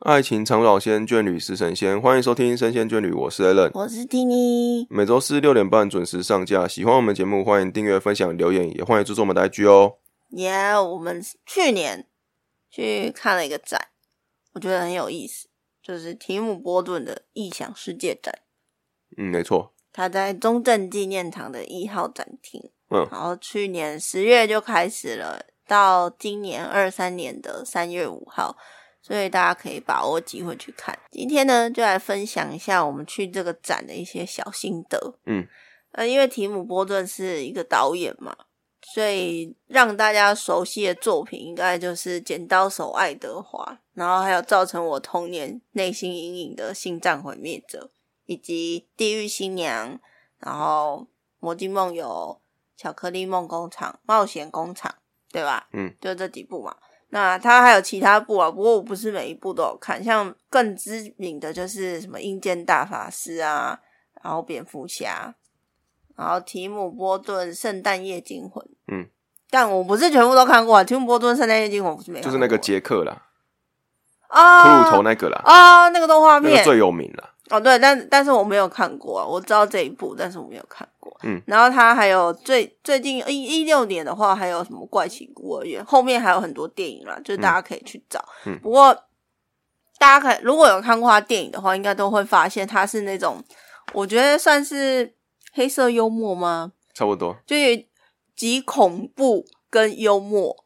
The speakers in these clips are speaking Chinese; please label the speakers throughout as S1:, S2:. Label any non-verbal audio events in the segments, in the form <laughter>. S1: 爱情长岛仙眷侣是神仙，欢迎收听《神仙眷侣》，我是 a l n
S2: 我是 Tini，
S1: 每周四六点半准时上架。喜欢我们节目，欢迎订阅、分享、留言，也欢迎追踪我们的 IG 哦。
S2: 耶我们去年去看了一个展，我觉得很有意思，就是提姆波顿的《异想世界》展，
S1: 嗯，没错，
S2: 它在中正纪念堂的一号展厅。
S1: 嗯
S2: 然后去年十月就开始了，到今年二三年的三月五号，所以大家可以把握机会去看。今天呢，就来分享一下我们去这个展的一些小心得。
S1: 嗯，
S2: 呃，因为提姆·波顿是一个导演嘛，所以让大家熟悉的作品应该就是《剪刀手爱德华》，然后还有造成我童年内心阴影的《心脏毁灭者》，以及《地狱新娘》，然后《魔镜梦游》。巧克力梦工厂、冒险工厂，对吧？
S1: 嗯，
S2: 就这几部嘛。那它还有其他部啊，不过我不是每一部都有看，像更知名的就是什么《阴间大法师》啊，然后蝙蝠侠，然后提姆波顿《圣诞夜惊魂》。
S1: 嗯，
S2: 但我不是全部都看过、啊，提姆波顿《圣诞夜惊魂》我是没看
S1: 就
S2: 过，
S1: 是那个杰克啦，骷
S2: 啊，
S1: 髅头那个啦，
S2: 啊，那个动画
S1: 那
S2: 片
S1: 个最有名啦。
S2: 哦，对，但但是我没有看过、啊，我知道这一部，但是我没有看过。
S1: 嗯
S2: 然后他还有最最近一一六年的话，还有什么《怪奇孤儿院》，后面还有很多电影啦，就是大家可以去找。
S1: 嗯
S2: 不过大家可以如果有看过他电影的话，应该都会发现他是那种我觉得算是黑色幽默吗？
S1: 差不多，
S2: 就有集恐怖跟幽默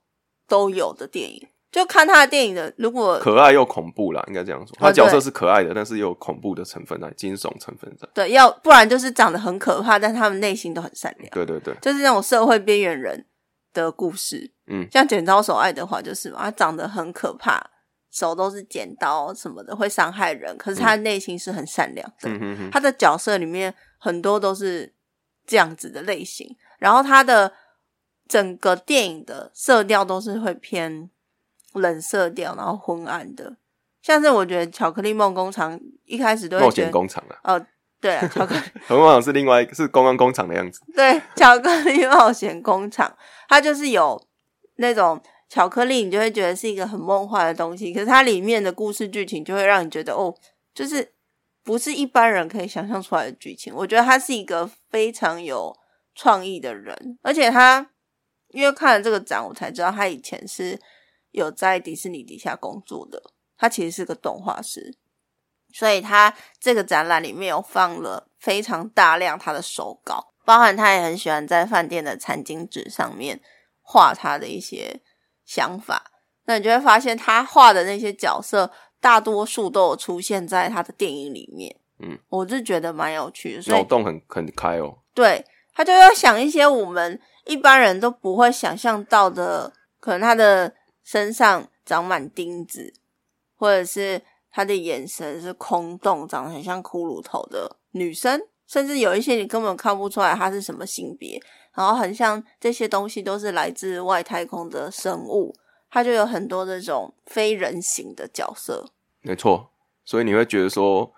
S2: 都有的电影。就看他的电影的，如果
S1: 可爱又恐怖啦，应该这样说。
S2: 哦
S1: 他角色
S2: 对
S1: 是可爱的，但是也有恐怖的成分在，惊悚成分在。
S2: 对要不然就是长得很可怕，但他们内心都很善良。
S1: 对对对，
S2: 就是那种社会边缘人的故事。
S1: 嗯
S2: 像剪刀手爱德华就是嘛，他长得很可怕，手都是剪刀什么的，会伤害人，可是他内心是很善良的。
S1: 嗯哼哼，
S2: 他的角色里面很多都是这样子的类型，然后他的整个电影的色调都是会偏冷色调，然后昏暗的。像是我觉得《巧克力梦工厂》一开始都会
S1: 冒
S2: 觉
S1: 险
S2: 得，
S1: 工厂啦，
S2: 呃，对啊，巧克力
S1: 很往往是另外一个是公安工厂的样子。
S2: 对， <laughs> 巧克力冒险工厂，它就是有那种巧克力，你就会觉得是一个很梦幻的东西，可是它里面的故事剧情就会让你觉得哦，就是不是一般人可以想象出来的剧情。我觉得他是一个非常有创意的人，而且他因为看了这个展，我才知道他以前是有在迪士尼底下工作的，他其实是个动画师。所以他这个展览里面有放了非常大量他的手稿，包含他也很喜欢在饭店的餐巾纸上面画他的一些想法。那你就会发现，他画的那些角色大多数都有出现在他的电影里面。
S1: 嗯，
S2: 我是觉得蛮有趣的，所
S1: 脑
S2: 以
S1: 洞很很开哦，
S2: 对他就要想一些我们一般人都不会想象到的，可能他的身上长满钉子，或者是他的眼神是空洞，长得很像骷髅头的女生，甚至有一些你根本看不出来她是什么性别，然后很像这些东西都是来自外太空的生物，他就有很多这种非人形的角色。
S1: 没错。所以你会觉得说，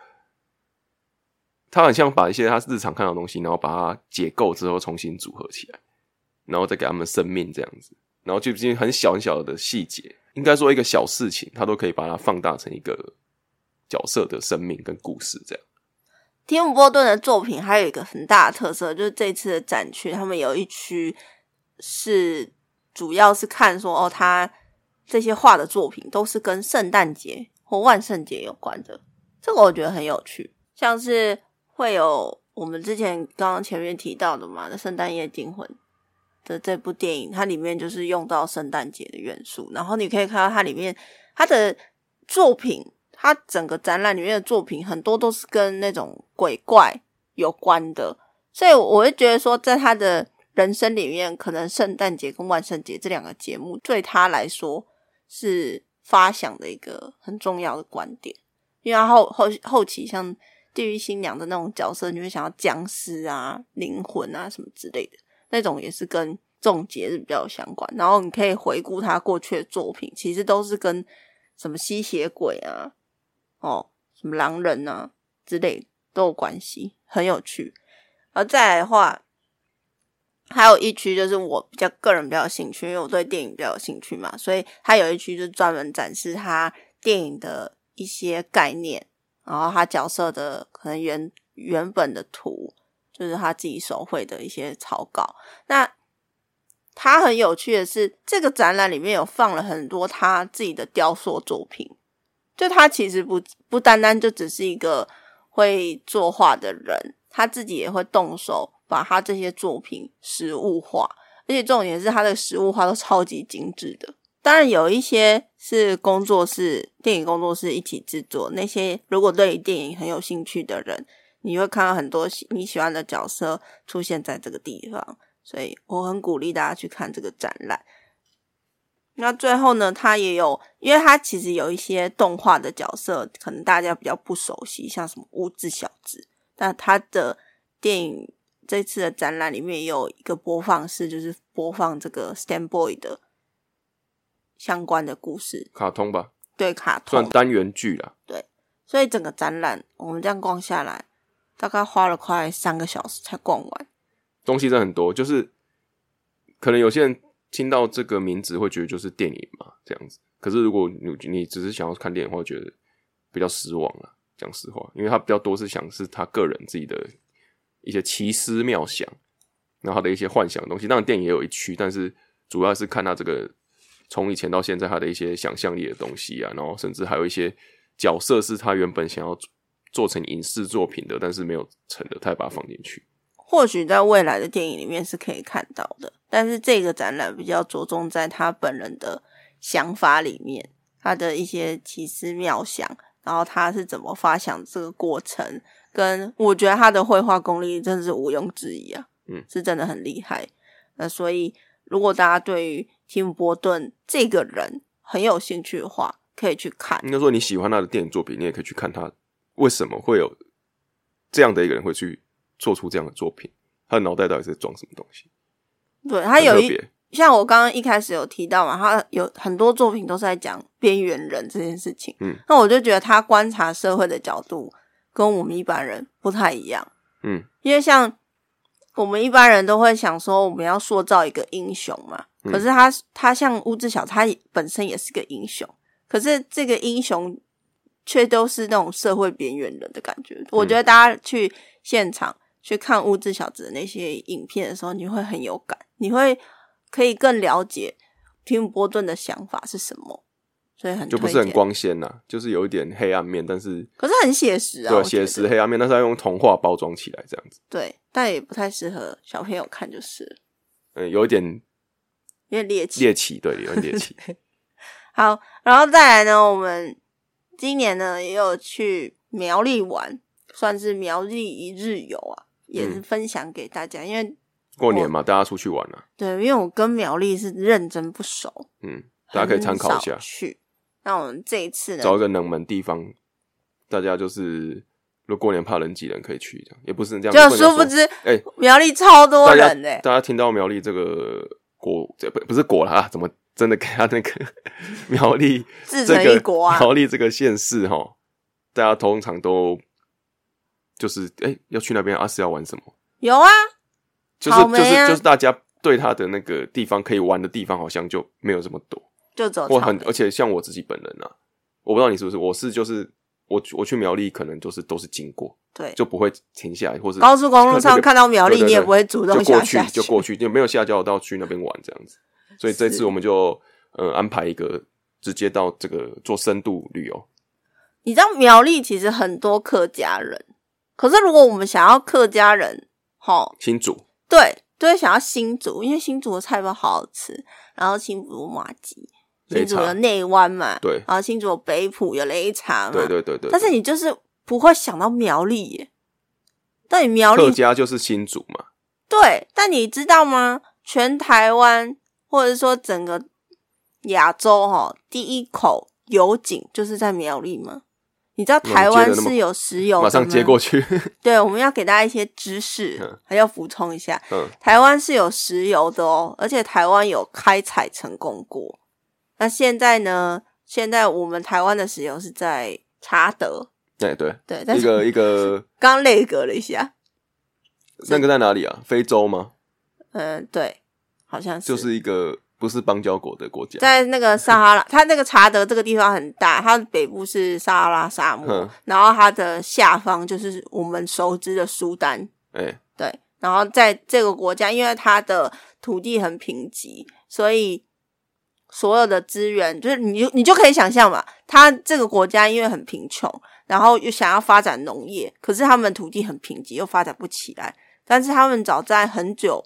S1: 他很像把一些他日常看到的东西，然后把它解构之后重新组合起来，然后再给他们生命这样子，然后就进行很小很小的细节，应该说一个小事情，他都可以把它放大成一个角色的生命跟故事这样。
S2: 提姆波顿的作品还有一个很大的特色，就是这次的展区，他们有一区是主要是看说哦，他这些画的作品都是跟圣诞节或万圣节有关的，这个我觉得很有趣，像是会有我们之前刚刚前面提到的嘛，《那圣诞夜惊魂》的这部电影，它里面就是用到圣诞节的元素，然后你可以看到它里面他的作品，他整个展览里面的作品很多都是跟那种鬼怪有关的，所以我会觉得说，在他的人生里面，可能圣诞节跟万圣节这两个节目对他来说是发想的一个很重要的观点，因为他后后后期像地狱新娘的那种角色，你会想要僵尸啊、灵魂啊什么之类的。那种也是跟这种节日比较有相关。然后你可以回顾他过去的作品，其实都是跟什么吸血鬼啊、哦什么狼人啊之类都有关系，很有趣。而再来的话，还有一区就是我比较个人比较有兴趣，因为我对电影比较有兴趣嘛，所以它有一区就专门展示它电影的一些概念，然后他角色的可能原原本的图，就是他自己手绘的一些草稿。那他很有趣的是，这个展览里面有放了很多他自己的雕塑作品，就他其实不不单单就只是一个会作画的人，他自己也会动手把他这些作品实物化，而且重点是他的实物化都超级精致的。当然有一些是工作室、电影工作室一起制作，那些如果对于电影很有兴趣的人，你会看到很多喜你喜欢的角色出现在这个地方，所以我很鼓励大家去看这个展览。那最后呢，它也有，因为它其实有一些动画的角色，可能大家比较不熟悉，像什么乌兹小子，那它的电影这次的展览里面也有一个播放室，就是播放这个 Stand Boy 的相关的故事，
S1: 卡通吧，
S2: 对卡通
S1: 算，单元剧啦。
S2: 所以整个展览我们这样逛下来，大概花了快三个小时才逛完。
S1: 东西真的很多，就是可能有些人听到这个名字会觉得就是电影嘛这样子，可是如果你你只是想要看电影的话，会觉得比较失望了。讲实话，因为他比较多是想是他个人自己的一些奇思妙想，然后他的一些幻想的东西。当然，电影也有一区，但是主要是看他这个从以前到现在他的一些想象力的东西啊，然后甚至还有一些角色是他原本想要做做成影视作品的，但是没有成的，他也把它放进去。
S2: 或许在未来的电影里面是可以看到的，但是这个展览比较着重在他本人的想法里面，他的一些奇思妙想，然后他是怎么发想这个过程，跟我觉得他的绘画功力真的是毋庸置疑啊，
S1: 嗯，
S2: 是真的很厉害。那所以如果大家对于提姆波顿这个人很有兴趣的话，可以去看。
S1: 应该说你喜欢他的电影作品，你也可以去看他为什么会有这样的一个人会去做出这样的作品，他的脑袋到底是装什么东西？
S2: 对他有
S1: 很特
S2: 一
S1: 别
S2: 像我刚刚一开始有提到嘛，他有很多作品都是在讲边缘人这件事情。
S1: 嗯，
S2: 那我就觉得他观察社会的角度跟我们一般人不太一样，
S1: 嗯，
S2: 因为像我们一般人都会想说我们要塑造一个英雄嘛，
S1: 嗯
S2: 可是他他像乌兹小，他本身也是个英雄，可是这个英雄却都是那种社会边缘人的感觉。我
S1: 嗯
S2: 觉得大家去现场去看物质小子的那些影片的时候，你会很有感，你会可以更了解提姆波顿的想法是什么，所以很
S1: 就不
S2: 推
S1: 是很
S2: 荐，
S1: 光鲜呐、就是有一点黑暗面，但是
S2: 可是很写实啊，
S1: 对
S2: 我
S1: 啊
S2: 觉得
S1: 写实黑暗面，但是要用童话包装起来，这样子，
S2: 对，但也不太适合小朋友看，就是了
S1: 嗯，有一点
S2: 有点猎奇。
S1: 猎奇，对，有一点猎
S2: <laughs>
S1: 奇，
S2: 好，然后再来呢，我们今年呢也有去苗栗玩，算是苗栗一日游啊，也
S1: 嗯
S2: 是分享给大家，因为
S1: 过年嘛，大家出去玩啊，
S2: 对，因为我跟苗栗是认真不熟，
S1: 嗯，大家可以参考一
S2: 很
S1: 下
S2: 少，去。那我们这一次呢，
S1: 找一个冷门地方，大家就是。如果过年怕人挤人，可以去这样，也不是这样。
S2: 就
S1: 能
S2: 殊不
S1: 说
S2: 知
S1: 哎、
S2: 苗栗超多
S1: 大家
S2: 人呢、
S1: 大家听到苗栗这个国，这不不是国啦，啊怎么真的给他那个 <laughs> 苗栗
S2: 自
S1: 这
S2: 成
S1: 个
S2: 一国啊
S1: 苗栗这个县市哈，大家通常都就是哎、要去那边啊是要玩什么？
S2: 有啊，
S1: 就是
S2: 草莓
S1: 就
S2: 啊
S1: 是就是大家对他的那个地方可以玩的地方好像就没有这么多，
S2: 就走
S1: 我
S2: 哦草
S1: 很
S2: 莓
S1: 而且像我自己本人啊，我不知道你是不是，我是就是我我去苗栗可能就是都是经过，
S2: 对，
S1: 就不会停下来或是
S2: 高速公路上
S1: 那个
S2: 看到苗栗，
S1: 对对对
S2: 你也不会主动
S1: 就过
S2: 想
S1: 去
S2: 下
S1: 就过去，就没有下交流道去那边玩这样子。所以这
S2: 是
S1: 次我们就呃安排一个直接到这个做深度旅游，
S2: 你知道苗栗其实很多客家人，可是如果我们想要客家人，好，
S1: 新竹
S2: 对，就会想要新竹，因为新竹的菜包好好吃，然后新竹有麻吉，
S1: 擂
S2: 新竹有
S1: 茶，
S2: 内湾嘛，
S1: 对
S2: 然后新竹有北埔有擂茶嘛，
S1: 对对对对。
S2: 但是你就是不会想到苗栗耶。但你苗
S1: 客
S2: 栗
S1: 家就是新竹嘛，
S2: 对，但你知道吗？全台湾或者说整个亚洲哈、第一口油井就是在苗栗吗？你知道台湾是有石油的吗
S1: 马上接过
S2: <laughs>
S1: 去。
S2: 对，我们要给大家一些知识
S1: 嗯，
S2: 还要补充一下，
S1: 嗯，
S2: 台湾是有石油的哦，而且台湾有开采成功过。那现在呢？现在我们台湾的石油是在查德，
S1: 哎对，
S2: 对， <laughs> 但
S1: 一
S2: 是
S1: 个一
S2: <laughs>
S1: 个
S2: 刚刚累格了一下，
S1: 那个在哪里啊？非洲吗？
S2: 嗯，对，好像是
S1: 就是一个不是邦交国的国家，
S2: 在那个撒哈拉，它那个查德这个地方很大，它的北部是撒哈拉沙漠
S1: 嗯，
S2: 然后它的下方就是我们熟知的苏丹，
S1: 哎、
S2: 对。然后在这个国家，因为它的土地很贫瘠，所以所有的资源就是你就你就可以想象嘛，它这个国家因为很贫穷，然后又想要发展农业，可是他们土地很贫瘠，又发展不起来。但是他们早在很久，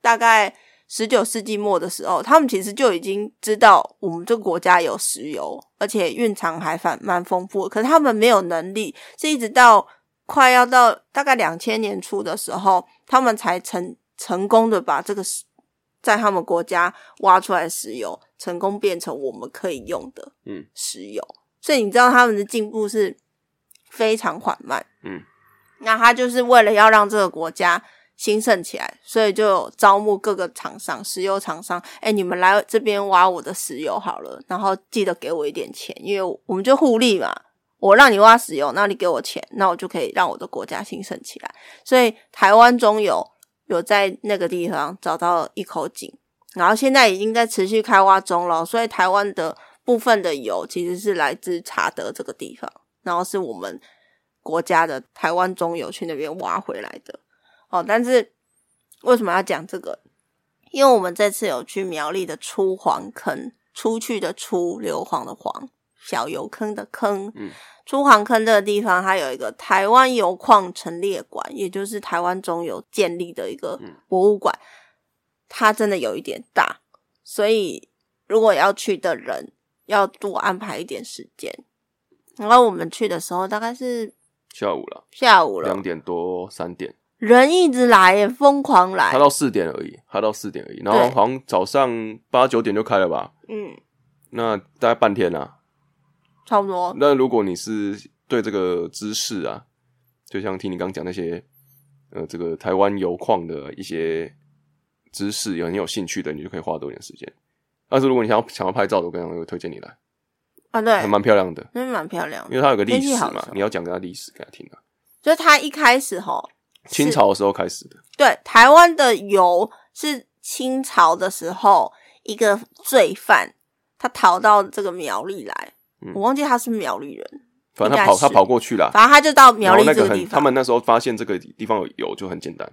S2: 大概十九世纪末的时候，他们其实就已经知道我们这个国家有石油，而且蕴藏还蛮蛮丰富的。可是他们没有能力，是一直到快要到大概两千年初的时候，他们才成成功的把这个石在他们国家挖出来的石油，成功变成我们可以用的
S1: 嗯
S2: 石油。所以你知道他们的进步是非常缓慢。
S1: 嗯，
S2: 那他就是为了要让这个国家兴盛起来，所以就有招募各个厂商、石油厂商，哎、你们来这边挖我的石油好了，然后记得给我一点钱，因为我们就互利嘛。我让你挖石油，那你给我钱，那我就可以让我的国家兴盛起来。所以台湾中油有在那个地方找到一口井，然后现在已经在持续开挖中了。所以台湾的部分的油其实是来自查德这个地方，然后是我们国家的台湾中油去那边挖回来的。哦，但是为什么要讲这个？因为我们这次有去苗栗的出黄坑，出去的出，硫磺的黄，小油坑的坑。
S1: 嗯，
S2: 出黄坑这个地方，它有一个台湾油矿陈列馆，也就是台湾中油建立的一个
S1: 嗯
S2: 博物馆。它真的有一点大，所以如果要去的人，要多安排一点时间。然后我们去的时候大概是
S1: 下午了，
S2: 下午了
S1: 两，点多三点，
S2: 人一直来耶，疯狂来
S1: 他，到四点而已，他到四点而已，然后
S2: 哎对
S1: 好像早上八九点就开了吧，
S2: 嗯，
S1: 那大概半天啦、啊
S2: 差不多，
S1: 那如果你是对这个知识啊，就像听你刚讲那些，呃，这个台湾油矿的一些知识有很有兴趣的，你就可以花多一点时间。但是如果你想要想要拍照的，我跟你讲，我推荐你来，
S2: 啊，对
S1: 还，蛮漂亮的，
S2: 真的蛮漂亮
S1: 因
S2: 的。
S1: 为它有个历
S2: 天气
S1: 史
S2: 好的时
S1: 嘛
S2: 候，
S1: 你要讲给他历史给他听啊。
S2: 就是它一开始吼，是
S1: 清朝的时候开始的，
S2: 对，台湾的油是清朝的时候一个罪犯，他逃到这个苗栗来，
S1: 嗯
S2: 我忘记他是苗栗人，
S1: 反正他
S2: 应该
S1: 跑他
S2: 是
S1: 跑过去啦，
S2: 反正他就到苗栗
S1: 然
S2: 这
S1: 后那
S2: 地
S1: 很，他
S2: 方。
S1: 们那时候发现这个地方有油就很简单，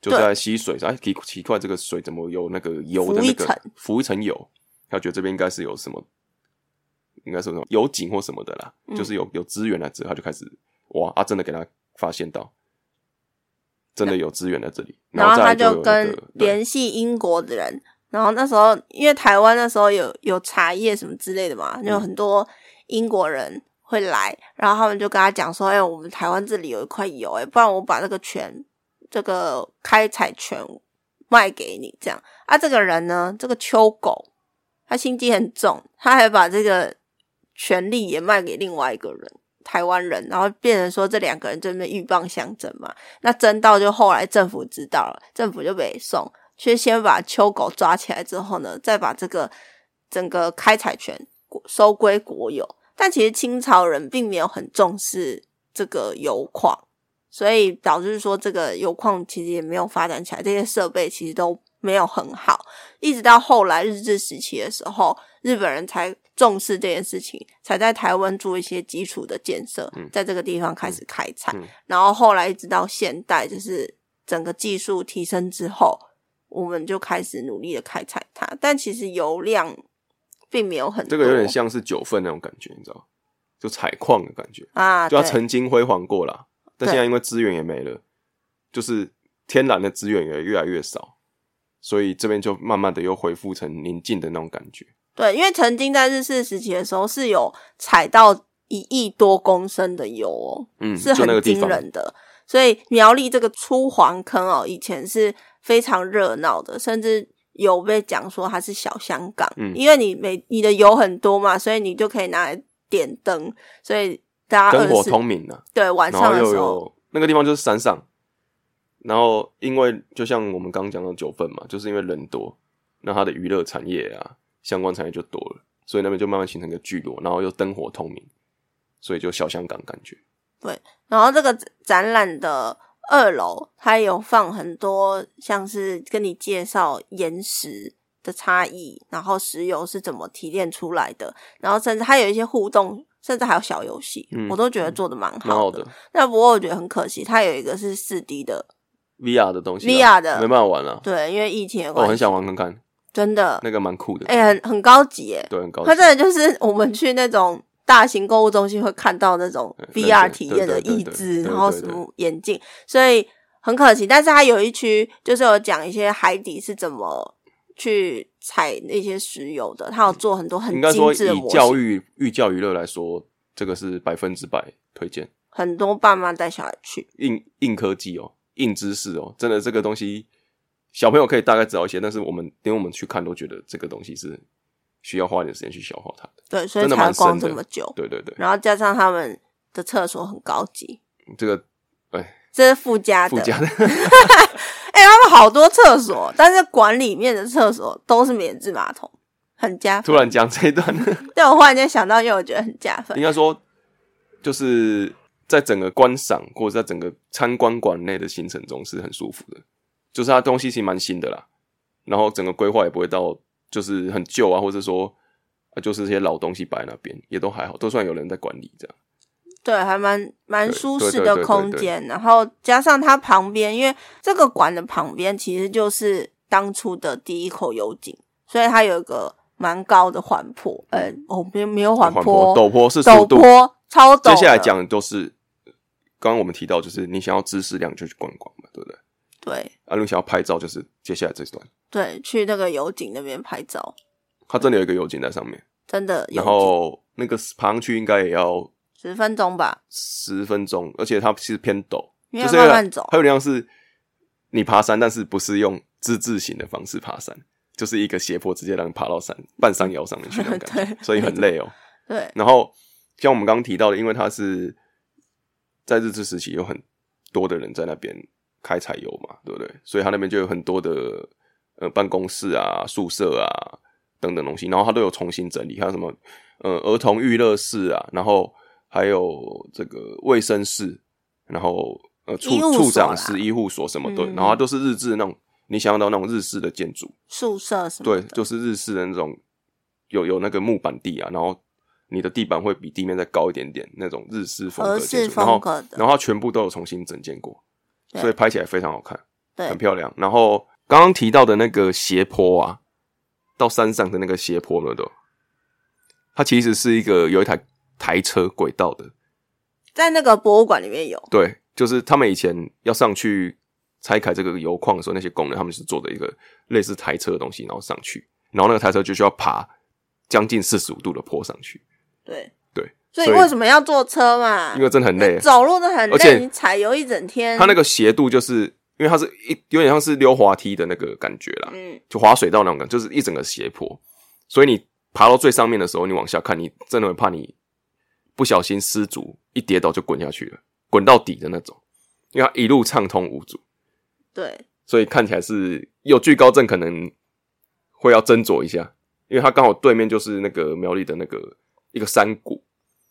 S1: 就
S2: 对
S1: 在吸水，哎，奇奇怪这个水怎么有那个油的
S2: 浮一
S1: 那个
S2: 层
S1: 浮一层油，他觉得这边应该是有什么，应该是有什么油井或什么的啦，
S2: 嗯
S1: 就是有有资源来啊这，他就开始挖啊，真的给他发现到。真的有资源在这里，
S2: 然
S1: 后
S2: 后
S1: 再
S2: 他
S1: 来就
S2: 就
S1: 有那
S2: 跟
S1: 个对
S2: 联系英国的人，然后那时候因为台湾那时候有有茶叶什么之类的嘛，就
S1: 嗯
S2: 有很多英国人会来，然后他们就跟他讲说：“哎、我们台湾这里有一块油、哎，不然我把这个权，这个开采权卖给你。”这样啊，这个人呢，这个秋狗，他心机很重，他还把这个权利也卖给另外一个人。台湾人，然后变成说这两个人就在那边鹬蚌相争嘛，那争到就后来政府知道了，政府就被送，去先把秋狗抓起来之后呢，再把这个整个开采权收归国有。但其实清朝人并没有很重视这个油矿，所以导致说这个油矿其实也没有发展起来，这些设备其实都没有很好。一直到后来日治时期的时候，日本人才重视这件事情，才在台湾做一些基础的建设
S1: 嗯，
S2: 在这个地方开始开采。
S1: 嗯
S2: 然后后来一直到现代，就是整个技术提升之后，我们就开始努力的开采它，但其实油量并没有很多，
S1: 这个有点像是九份那种感觉，你知道吗，就采矿的感觉。
S2: 啊，
S1: 就它
S2: 对
S1: 曾经辉煌过啦，但
S2: 对
S1: 现在因为资源也没了，就是天然的资源也越来越少，所以这边就慢慢的又恢复成宁静的那种感觉。
S2: 对，因为曾经在日式时期的时候是有采到一亿多公升的油哦，
S1: 嗯，
S2: 是
S1: 就那
S2: 很
S1: 个地
S2: 惊
S1: 方，
S2: 人的。所以苗栗这个出黄坑哦，以前是非常热闹的，甚至有被讲说它是小香港，
S1: 嗯
S2: 因为你每你的油很多嘛，所以你就可以拿来点灯，所以大家
S1: 灯火
S2: 24
S1: 通明啊，
S2: 对晚
S1: 然
S2: 上
S1: 后
S2: 的
S1: 又
S2: 时候，
S1: 有那个地方就是山上，然后因为就像我们刚刚讲到九份嘛，就是因为人多，那它的娱乐产业啊，相关产业就多了，所以那边就慢慢形成一个聚落，然后又灯火通明，所以就小香港感觉。
S2: 然后这个展览的二楼，它有放很多像是跟你介绍岩石的差异，然后石油是怎么提炼出来的，然后甚至还有一些互动，甚至还有小游戏，
S1: 嗯
S2: 我都觉得做的蛮
S1: 蛮
S2: 好
S1: 好
S2: 的。
S1: 的
S2: 那不过我觉得很可惜，它有一个是四 D 的，
S1: VR 的东西啦啊
S2: VR 的
S1: 没办法玩了、
S2: 对，因为疫情的
S1: 哦，我
S2: 关
S1: 很
S2: 系，
S1: 想玩看看，
S2: 真的，
S1: 那个蛮酷的，
S2: 哎、很很高级耶，
S1: 对，很高级
S2: 它。真的就是我们去那种大型购物中心会看到那种
S1: 嗯对
S2: VR
S1: 对
S2: 体
S1: 对
S2: 验的
S1: 对对
S2: 义
S1: 对
S2: 肢，
S1: 对
S2: 然后
S1: 对
S2: 什
S1: 对
S2: 么眼镜，所以很可惜。但是它有一区就是有讲一些海底是怎么去采那些石油的，它有做很多很
S1: 应该
S2: 精
S1: 说
S2: 致的
S1: 以
S2: 模
S1: 教
S2: 型，
S1: 育寓教于乐来说，这个是百分之百推荐。
S2: 很多爸妈带小孩去，
S1: 硬硬科技哦，硬知识哦，真的这个东西小朋友可以大概知道一些，但是我们连我们去看都觉得这个东西是需要花点时间去消化它的。
S2: 对，所以
S1: 真的
S2: 才
S1: 蛮
S2: 会逛
S1: 深
S2: 这
S1: 的
S2: 么久，
S1: 对对对，
S2: 然后加上他们的厕所很高级，
S1: 这个
S2: 这是附加的
S1: 附，加的
S2: <laughs> 哎、他们好多厕所，但是馆里面的厕所都是免治马桶，很加分
S1: 突。然讲这一段，
S2: 对我忽然间想到，因为我觉得很加分
S1: <laughs> 应。该说就是在整个观赏或者在整个参观馆内的行程中是很舒服的，就是它东西其实蛮新的啦，然后整个规划也不会到就是很旧啊，或者说。啊就是这些老东西摆那边也都还好，都算有人在管理这样。
S2: 对，还蛮蛮
S1: 对
S2: 舒
S1: 对
S2: 适
S1: 对
S2: 的
S1: 对对
S2: 空
S1: 对
S2: 间，然后加上它旁边，因为这个馆的旁边其实就是当初的第一口油井，所以它有一个蛮高的缓坡，呃，哦，没有没有缓坡，
S1: 陡坡是速
S2: 陡
S1: 度，
S2: 坡超陡的。
S1: 接下来讲的都是刚刚我们提到，就是你想要知识量就去逛逛嘛，对不对？
S2: 对
S1: 啊，如果想要拍照，就是接下来这段，
S2: 对，去那个油井那边拍照，
S1: 它真的有一个油井在上面，
S2: 真的油
S1: 然
S2: 井
S1: 后那个爬上去应该也要
S2: 十分钟吧，
S1: 十分钟，而且它其实偏陡，
S2: 因为
S1: 就是
S2: 慢慢走
S1: 还有点像是你爬山，但是不是用之字形的方式爬山，就是一个斜坡直接让你爬到山半山腰上面去那种感觉，
S2: <laughs> 对
S1: 所以很累哦。
S2: 对
S1: 然后像我们刚刚提到的，因为它是在日治时期有很多的人在那边开采油嘛，对不对？所以它那边就有很多的呃办公室啊、宿舍啊等等东西，然后它都有重新整理，还有什么呃儿童娱乐室啊，然后还有这个卫生室，然后呃处
S2: 医务所
S1: 处长
S2: 啦
S1: 室、医护所什么的，
S2: 嗯
S1: 然后它都是日治那种你想象到那种日式的建筑，
S2: 宿舍什么
S1: 对，
S2: 的，
S1: 就是日式的那种有有那个木板地啊，然后你的地板会比地面再高一点点，那种日式风格
S2: 合
S1: 的
S2: 适
S1: 建筑，然后
S2: 风格的
S1: 然后它全部都有重新整建过，
S2: 对
S1: 所以拍起来非常好看，
S2: 对
S1: 很漂亮。然后刚刚提到的那个斜坡啊，到山上的那个斜坡了都，它其实是一个有一台台车轨道的，
S2: 在那个博物馆里面有，
S1: 对，就是他们以前要上去拆开这个油矿的时候，那些工人他们是做的一个类似台车的东西，然后上去，然后那个台车就需要爬将近四十五度的坡上去，
S2: 对
S1: 对，
S2: 所以
S1: 所以
S2: 为什么要坐车嘛？
S1: 因为真的很累，
S2: 走路都很
S1: 而且
S2: 累，你踩油一整天。
S1: 它那个斜度就是因为它是一有点像是溜滑梯的那个感觉啦，
S2: 嗯，
S1: 就滑水道那种感觉，就是一整个斜坡，所以你爬到最上面的时候，你往下看，你真的会怕你不小心失足一跌倒就滚下去了，滚到底的那种，因为它一路畅通无阻。
S2: 对，
S1: 所以看起来是有惧高症，可能会要斟酌一下，因为它刚好对面就是那个苗栗的那个一个山谷，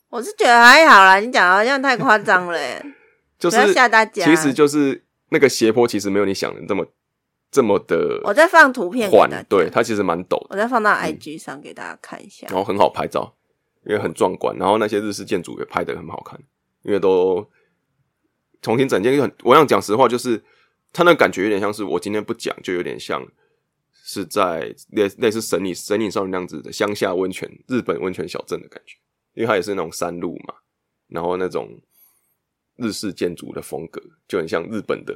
S2: 我是觉得还好啦，你讲得好像太夸张了耶， <laughs>
S1: 就
S2: 不要
S1: 是
S2: 吓大家。
S1: 其实就是那个斜坡，其实没有你想的这么这么的
S2: 我再放图片给大家
S1: 缓，对，它其实蛮陡的，
S2: 我再放到 IG 上给大家看一下。
S1: 然后很好拍照，因为很壮观，然后那些日式建筑也拍的很好看，因为都重新整建，就很我想讲实话，就是它那感觉有点像是我今天不讲，就有点像是在类类似神隐神隐少女那样子的乡下温泉、日本温泉小镇的感觉，因为它也是那种山路嘛，然后那种日式建筑的风格就很像日本的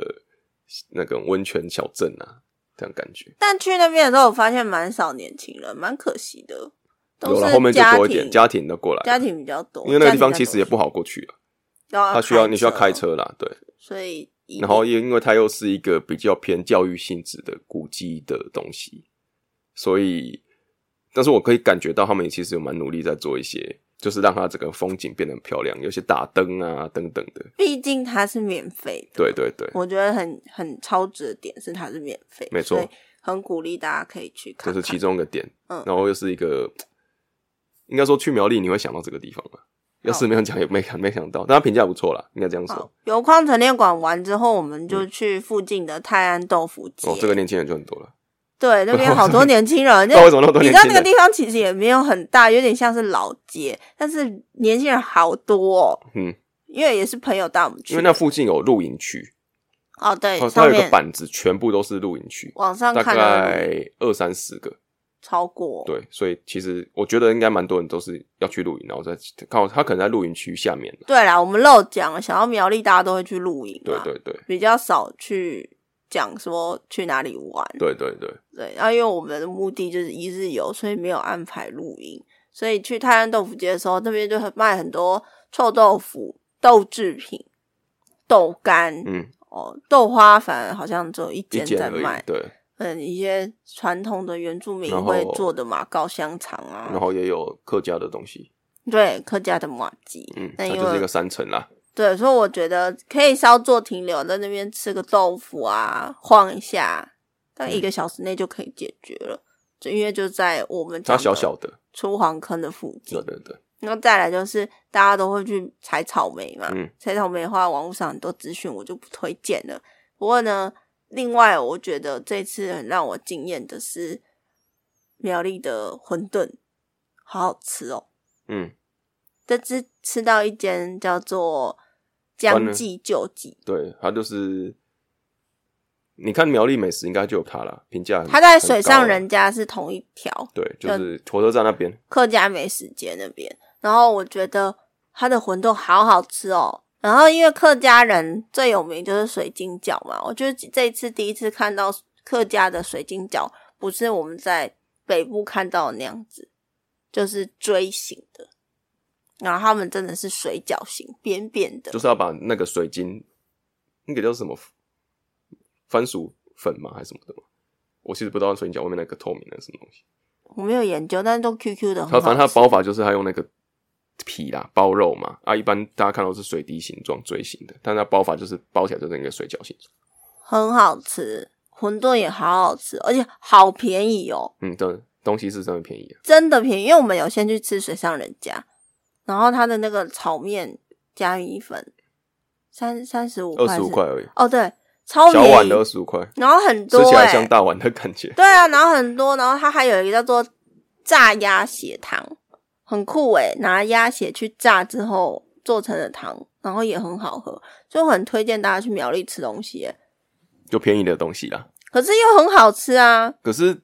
S1: 那种温泉小镇啊，这样感觉。
S2: 但去那边的时候，我发现蛮少年轻人，蛮可惜的，都
S1: 有了
S2: 是
S1: 后面就
S2: 家
S1: 多一
S2: 庭
S1: 点，家庭的过来，
S2: 家庭比较多，
S1: 因为那个地方
S2: 家
S1: 其
S2: 庭
S1: 实也
S2: 比
S1: 不
S2: 较
S1: 好过去啊，
S2: 多，
S1: 它需要你需要开，车啦，对。
S2: 所以一
S1: 然后因因为它又是一个比较偏教育性质的古迹的东西，所以，但是我可以感觉到他们其实有蛮努力在做一些，就是让它整个风景变得很漂亮，有些打灯啊等等的，
S2: 毕竟它是免费的，
S1: 对对对，
S2: 我觉得很很超值的点是它是免费，
S1: 没错，
S2: 很鼓励大家可以去
S1: 这
S2: 看
S1: 是
S2: 看。
S1: 其中一个点。
S2: 嗯
S1: 然后又是一个，应该说去苗栗你会想到这个地方嘛？要是没有讲也没没想到，但他评价不错嗯啦，应该这样
S2: 哦好
S1: 说。，
S2: 油矿陈列馆完之后，我们就去附近的泰安豆腐街。
S1: 哦哦，这个年轻人就很多了， <laughs>
S2: 对，那边好多年轻人。
S1: 那为什么那么多
S2: 你
S1: 年
S2: 知道
S1: 轻
S2: 那
S1: 人？
S2: 个地方其实也没有很大，有点像是老街，但是年轻人好多、哦。
S1: 嗯，
S2: 因为也是朋友带我们去
S1: 因
S2: 的。
S1: 为那附近有露营区，
S2: 哦，对，
S1: 它它
S2: 上
S1: 有一个
S2: 面
S1: 板子，全部都是露营区，
S2: 网上
S1: 大
S2: 看到有
S1: 概二三十个。
S2: 超过，
S1: 对，所以其实我觉得应该蛮多人都是要去露营，然后再靠他可能在露营区下面。
S2: 对啦，我们漏讲了，想要苗栗大家都会去露营
S1: 对
S2: 嘛，
S1: 对对
S2: 比较少去讲说去哪里玩，
S1: 对对对，
S2: 对，然、后因为我们的目的就是一日游，所以没有安排露营，所以去泰安豆腐街的时候，那边就很卖很多臭豆腐、豆制品、豆干、
S1: 嗯，
S2: 哦，豆花，反而好像只有一
S1: 一
S2: 间
S1: 间
S2: 在
S1: 而
S2: 卖
S1: 已。，对，
S2: 嗯，一些传统的原住民
S1: 然后
S2: 会做的马告香肠啊，
S1: 然后也有客家的东西，
S2: 对客家的马吉，
S1: 嗯，
S2: 那
S1: 它
S2: 因
S1: 就是一
S2: 为
S1: 个山城啦，
S2: 对，所以我觉得可以稍作停留，在那边吃个豆腐啊，晃一下，但
S1: 嗯
S2: 一个小时内就可以解决了。就因为就在我们
S1: 它
S2: 讲
S1: 小
S2: 的
S1: 小的，
S2: 出黄坑的附近
S1: 对，对对，
S2: 然后再来就是大家都会去采草莓嘛，
S1: 嗯
S2: 采草莓的话，网络上很多资讯我就不推荐了。不过呢，另外我觉得这次很让我惊艳的是苗栗的馄饨，好好吃哦！
S1: 嗯，
S2: 这次吃到一间叫做
S1: 完
S2: 江
S1: 了
S2: 记救济，
S1: 对，它就是，你看苗栗美食应该就有它啦，评价很啊
S2: 它在水上，
S1: 很
S2: 人家是同一条
S1: 高啦对，就是火车站那边，
S2: 客家美食街那边，然后我觉得它的馄饨好好吃哦。然后因为客家人最有名就是水晶饺嘛，我觉得这一次第一次看到客家的水晶饺，不是我们在北部看到的那样子，就是锥形的，然后他们真的是水饺形，扁扁的
S1: 就，是要把那个水晶，那个叫什么番薯粉吗？还是什么的吗？我其实不知道水晶饺外面那个透明的是什么东西。
S2: 我没有研究，但是都 QQ 的很
S1: 它
S2: 哦好吃，
S1: 反正它的包法就是它用那个皮啦包肉嘛，啊，一般大家看到是水滴形状、锥形的，但它包法就是包起来就是那个水饺形状。
S2: 很好吃，馄饨也好好吃，而且好便宜哦。
S1: 嗯，对，东西是真的便宜、啊。
S2: 真的便宜，因为我们有先去吃水上人家，然后他的那个炒面加米粉三三十五
S1: 二
S2: 块，
S1: 十五块，而已，
S2: 哦对，超
S1: 小
S2: 便
S1: 碗
S2: 宜
S1: 的，二十五块，
S2: 然后很多
S1: 吃起来
S2: 哎、
S1: 像大碗的感觉。
S2: 对啊，然后很多，然后它还有一个叫做炸鸭血糖，很酷哎、拿鸭血去炸之后做成的糖，然后也很好喝，就很推荐大家去苗栗吃东西、欸，
S1: 就便宜的东西啦。
S2: 可是又很好吃啊，
S1: 可是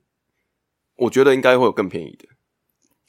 S1: 我觉得应该会有更便宜的，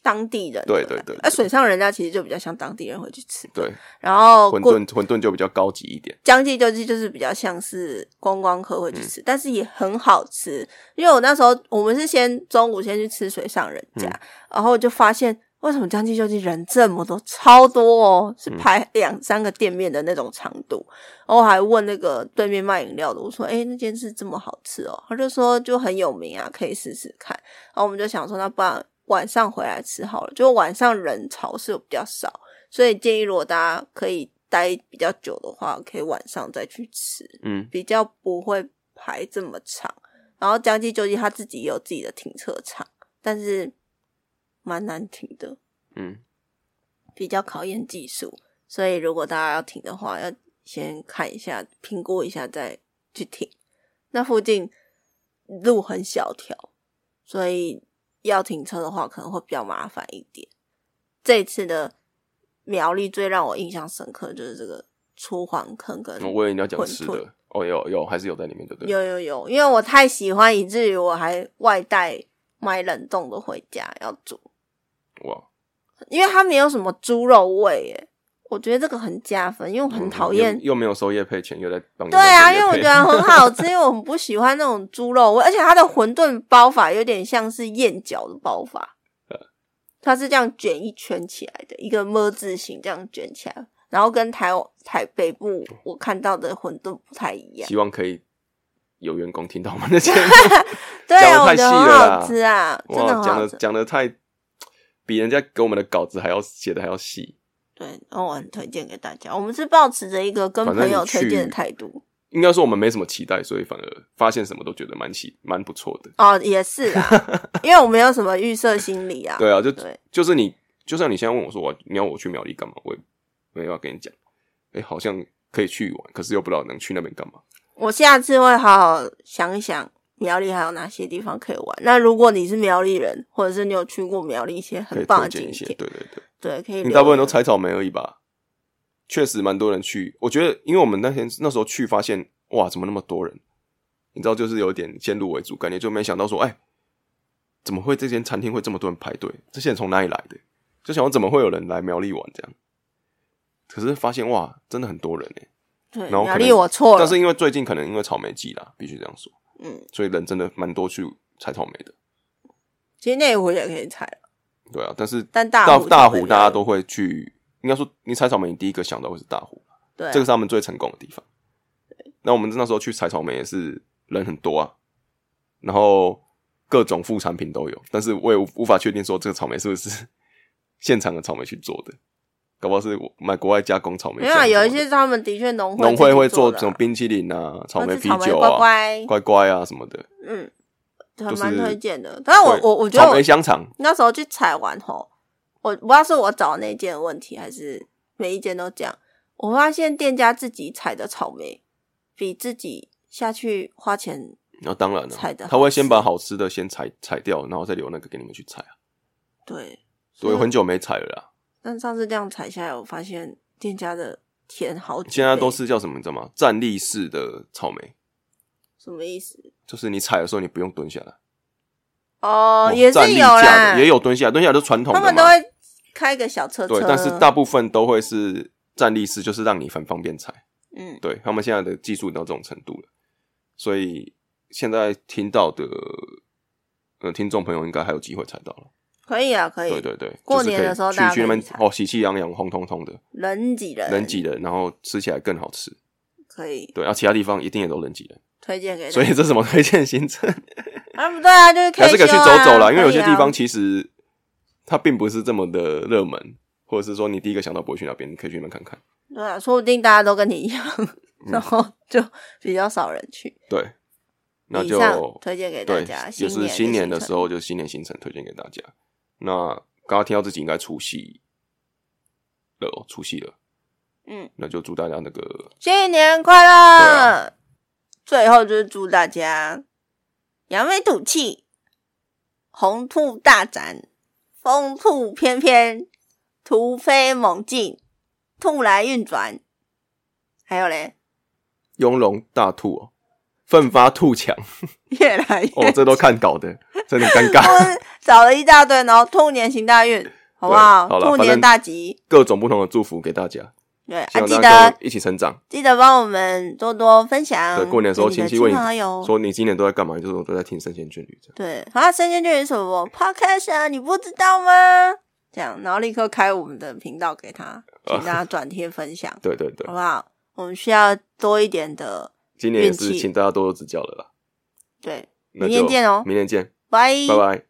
S2: 当地人的
S1: 对对对对
S2: 那、水上人家其实就比较像当地人会去吃，
S1: 对，
S2: 然后
S1: 馄
S2: 哦过
S1: 饨馄饨就比较高级一点，
S2: 将计就计就是比较像是观光客会去吃，但是也很好吃。因为我那时候我们是先中午先去吃水上人家，然后我就发现为什么将计就计人这么多，超多哦，是排两三个店面的那种长度。然后我还问那个对面卖饮料的，我说：“诶，那间是这么好吃哦？”他就说：“就很有名啊，可以试试看。”然后我们就想说，那不然晚上回来吃好了，就晚上人潮是有比较少。所以建议如果大家可以待比较久的话，可以晚上再去吃，
S1: 嗯，
S2: 比较不会排这么长。然后江记就近他自己也有自己的停车场，但是蛮难停的，
S1: 嗯，
S2: 比较考验技术。所以如果大家要停的话，要先看一下、评估一下再去停。那附近路很小条，所以要停车的话可能会比较麻烦一点。这一次的苗栗最让我印象深刻的就是这个出黄坑跟
S1: 哦嗯我以为你要讲
S2: 馄
S1: 吃
S2: 饨
S1: 的，哦，有有还是有在里面，对不对？
S2: 嗯有有有，因为我太喜欢，以至于我还外带买冷冻的回家要煮，
S1: 哇，
S2: 因为它没有什么猪肉味耶，我觉得这个很加分，因为我很
S1: 嗯
S2: 讨厌
S1: 又又没有收叶配钱，又在帮你
S2: 对
S1: 收
S2: 啊，
S1: 业
S2: 因为我
S1: 配
S2: 觉得很
S1: <laughs>
S2: 好吃，因为我很不喜欢那种猪肉味，而且它的馄饨包法有点像是燕饺的包法，
S1: 呃
S2: 它是这样卷一圈起来的，一个么字形这样卷起来，然后跟台台北部
S1: 嗯
S2: 我看到的馄饨不太一样。
S1: 希望可以有员工听到我们的节目，
S2: 对啊，
S1: 讲得
S2: 我
S1: 太
S2: 觉得
S1: 细了
S2: 很
S1: 啦
S2: 好吃啊， <laughs> 真的
S1: 哇，
S2: 很
S1: 讲
S2: 好
S1: 的
S2: 吃。
S1: 讲的太比人家给我们的稿子还要写的还要细，
S2: 对，然后我很推荐给大家。我们是保持着一个跟
S1: 反正
S2: 朋友
S1: 你去
S2: 推荐的态度
S1: 应该说我们没什么期待，所以反而发现什么都觉得蛮喜蛮不错的。
S2: 哦，也
S1: <laughs>
S2: 是啦，因为我没有什么预设心理啊。
S1: 对啊，就
S2: 对
S1: 就是你，就像你现在问我说我你要我去苗栗干嘛，我也没有要跟你讲，哎、好像可以去玩，可是又不知道能去那边干嘛。
S2: 我下次会好好想一想，苗栗还有哪些地方可以玩。那如果你是苗栗人，或者是你有去过苗栗一些
S1: 可
S2: 很
S1: 以
S2: 棒的
S1: 推
S2: 景
S1: 荐一些。
S2: 点，
S1: 对对对，
S2: 对，可以留言。
S1: 你大部分都采草莓而已吧？确实蛮多人去，我觉得因为我们那天那时候去发现，哇，怎么那么多人？你知道，就是有点先入为主，感觉就没想到说，哎、怎么会这间餐厅会这么多人排队？这些人从哪里来的？就想我怎么会有人来苗栗玩这样？可是发现哇，真的很多人哎、
S2: 对
S1: 然后
S2: 苗
S1: 可
S2: 栗
S1: 能
S2: 我错了，
S1: 但是因为最近可能因为草莓季啦，必须这样说，
S2: 嗯，
S1: 所以人真的蛮多去采草莓的。
S2: 其实内湖也可以踩了，
S1: 对啊，但是
S2: 但大
S1: 大大
S2: 湖就会
S1: 湖
S2: 比
S1: 大
S2: 较
S1: 家都会去，应该说你采草莓，你第一个想到会是大湖，
S2: 对啊，
S1: 这个是他们最成功的地方。那我们那时候去采草莓也是人很多啊，然后各种副产品都有，但是我也无无法确定说这个草莓是不是现场的草莓去做的，搞不好是我买国外加工草莓
S2: 没
S1: 酱什
S2: 有
S1: 么
S2: 啊，
S1: 的。
S2: 有一些他们的确农
S1: 农
S2: 会
S1: 会
S2: 自己
S1: 会做
S2: 做
S1: 这
S2: 的啊
S1: 种冰淇淋啊、草莓
S2: 或是
S1: 啤
S2: 草莓
S1: 酒
S2: 乖
S1: 啊、
S2: 乖，
S1: 乖乖啊什么的，
S2: 嗯，还
S1: 就是
S2: 蛮推荐的。但是我
S1: 对
S2: 我我觉得
S1: 草
S2: 我
S1: 莓香肠
S2: 那时候去采完吼，我不知道是我找那件的问题，还是每一间都这样。我发现店家自己采的草莓比自己下去花钱，
S1: 那、哦当然了、
S2: 采的
S1: 他会先
S2: 好吃
S1: 把好吃的先采采掉，然后再留那个给你们去采啊。
S2: 对，
S1: 所以
S2: 是
S1: 很久没采了啦，
S2: 但上次这样采下来，我发现店家的甜好几倍，
S1: 现在都是叫什么你知道吗？站立式的草莓，
S2: 什么意思？
S1: 就是你采的时候你不用蹲下来，
S2: 哦，
S1: 哦
S2: 也
S1: 站
S2: 是
S1: 立
S2: 有
S1: 架
S2: 啦，
S1: 的，也有蹲下来，蹲下来都是传统
S2: 他
S1: 的
S2: 们都
S1: 嘛，
S2: 会开一个小车车，
S1: 对，但是大部分都会是站立式，就是让你很方便采。
S2: 嗯，
S1: 对他们现在的技术到这种程度了，所以现在听到的呃听众朋友应该还有机会采到了。
S2: 可以啊，可以，
S1: 对对对，
S2: 过
S1: 就是
S2: 年
S1: 可以
S2: 的时候
S1: 去
S2: 大家
S1: 去那
S2: 可以
S1: 边
S2: 去采
S1: 哦，喜气洋洋、红彤彤的，
S2: 人挤人，
S1: 人挤人，然后吃起来更好吃。
S2: 可以
S1: 对，然、后啊其他地方一定也都人挤人，
S2: 推荐给大家
S1: 所以这是什么推荐行程？
S2: 啊，不对啊，就是
S1: 还是可以去走走啦，
S2: 啦，
S1: 因为有些地方
S2: 啊可以
S1: 其实它并不是这么的热门，或者是说你第一个想到不会去那边，你可以去那边看看。
S2: 啊对啊，说不定大家都跟你一样，
S1: 嗯
S2: 然后就比较少人去。
S1: 对，那
S2: 以
S1: 就
S2: 上推荐给大
S1: 对
S2: 家，，
S1: 也是
S2: 新
S1: 新年的
S2: 行
S1: 时
S2: 程，
S1: 候，就是新年行程推荐给大家。那刚刚听到自己应该除夕了哦，除夕了，
S2: 嗯，
S1: 那就祝大家那个
S2: 新年快乐！
S1: 对啊
S2: 最后就是祝大家扬眉吐气，红兔大展，风兔翩翩，突飞猛进，兔来运转。还有嘞，
S1: 雍容大兔哦，奋发兔强
S2: 越来越
S1: 哦，这都看稿的，真的很尴尬。
S2: 我 <laughs> 找了一大堆，然后兔年行大运，好不好？
S1: 对好了
S2: 兔
S1: 反
S2: 年
S1: 正
S2: 大吉，
S1: 各种不同的祝福给大家，
S2: 对啊
S1: 希，望
S2: 记
S1: 大家
S2: 得
S1: 都一起成长。
S2: 记得帮我们多多分享。
S1: 对，过年的时候
S2: 嗯给
S1: 亲
S2: 你
S1: 戚
S2: 的
S1: 问
S2: 亲朋好友
S1: 你说你今年都在干嘛，你就说我都在听《神仙眷侣》这样。
S2: 对，啊，生鲜卷是什么 podcast 啊？你不知道吗？这样，然后立刻开我们的频道给
S1: <laughs>
S2: 他，请大家转贴分享，
S1: 对对对
S2: 好，不好？我们需要多一点的，
S1: 今年也
S2: 运
S1: 是
S2: 气
S1: 请大家多多指教了啦。
S2: 对，
S1: 那
S2: 明年
S1: 就
S2: 见哦
S1: 明年见，
S2: 拜
S1: 拜拜。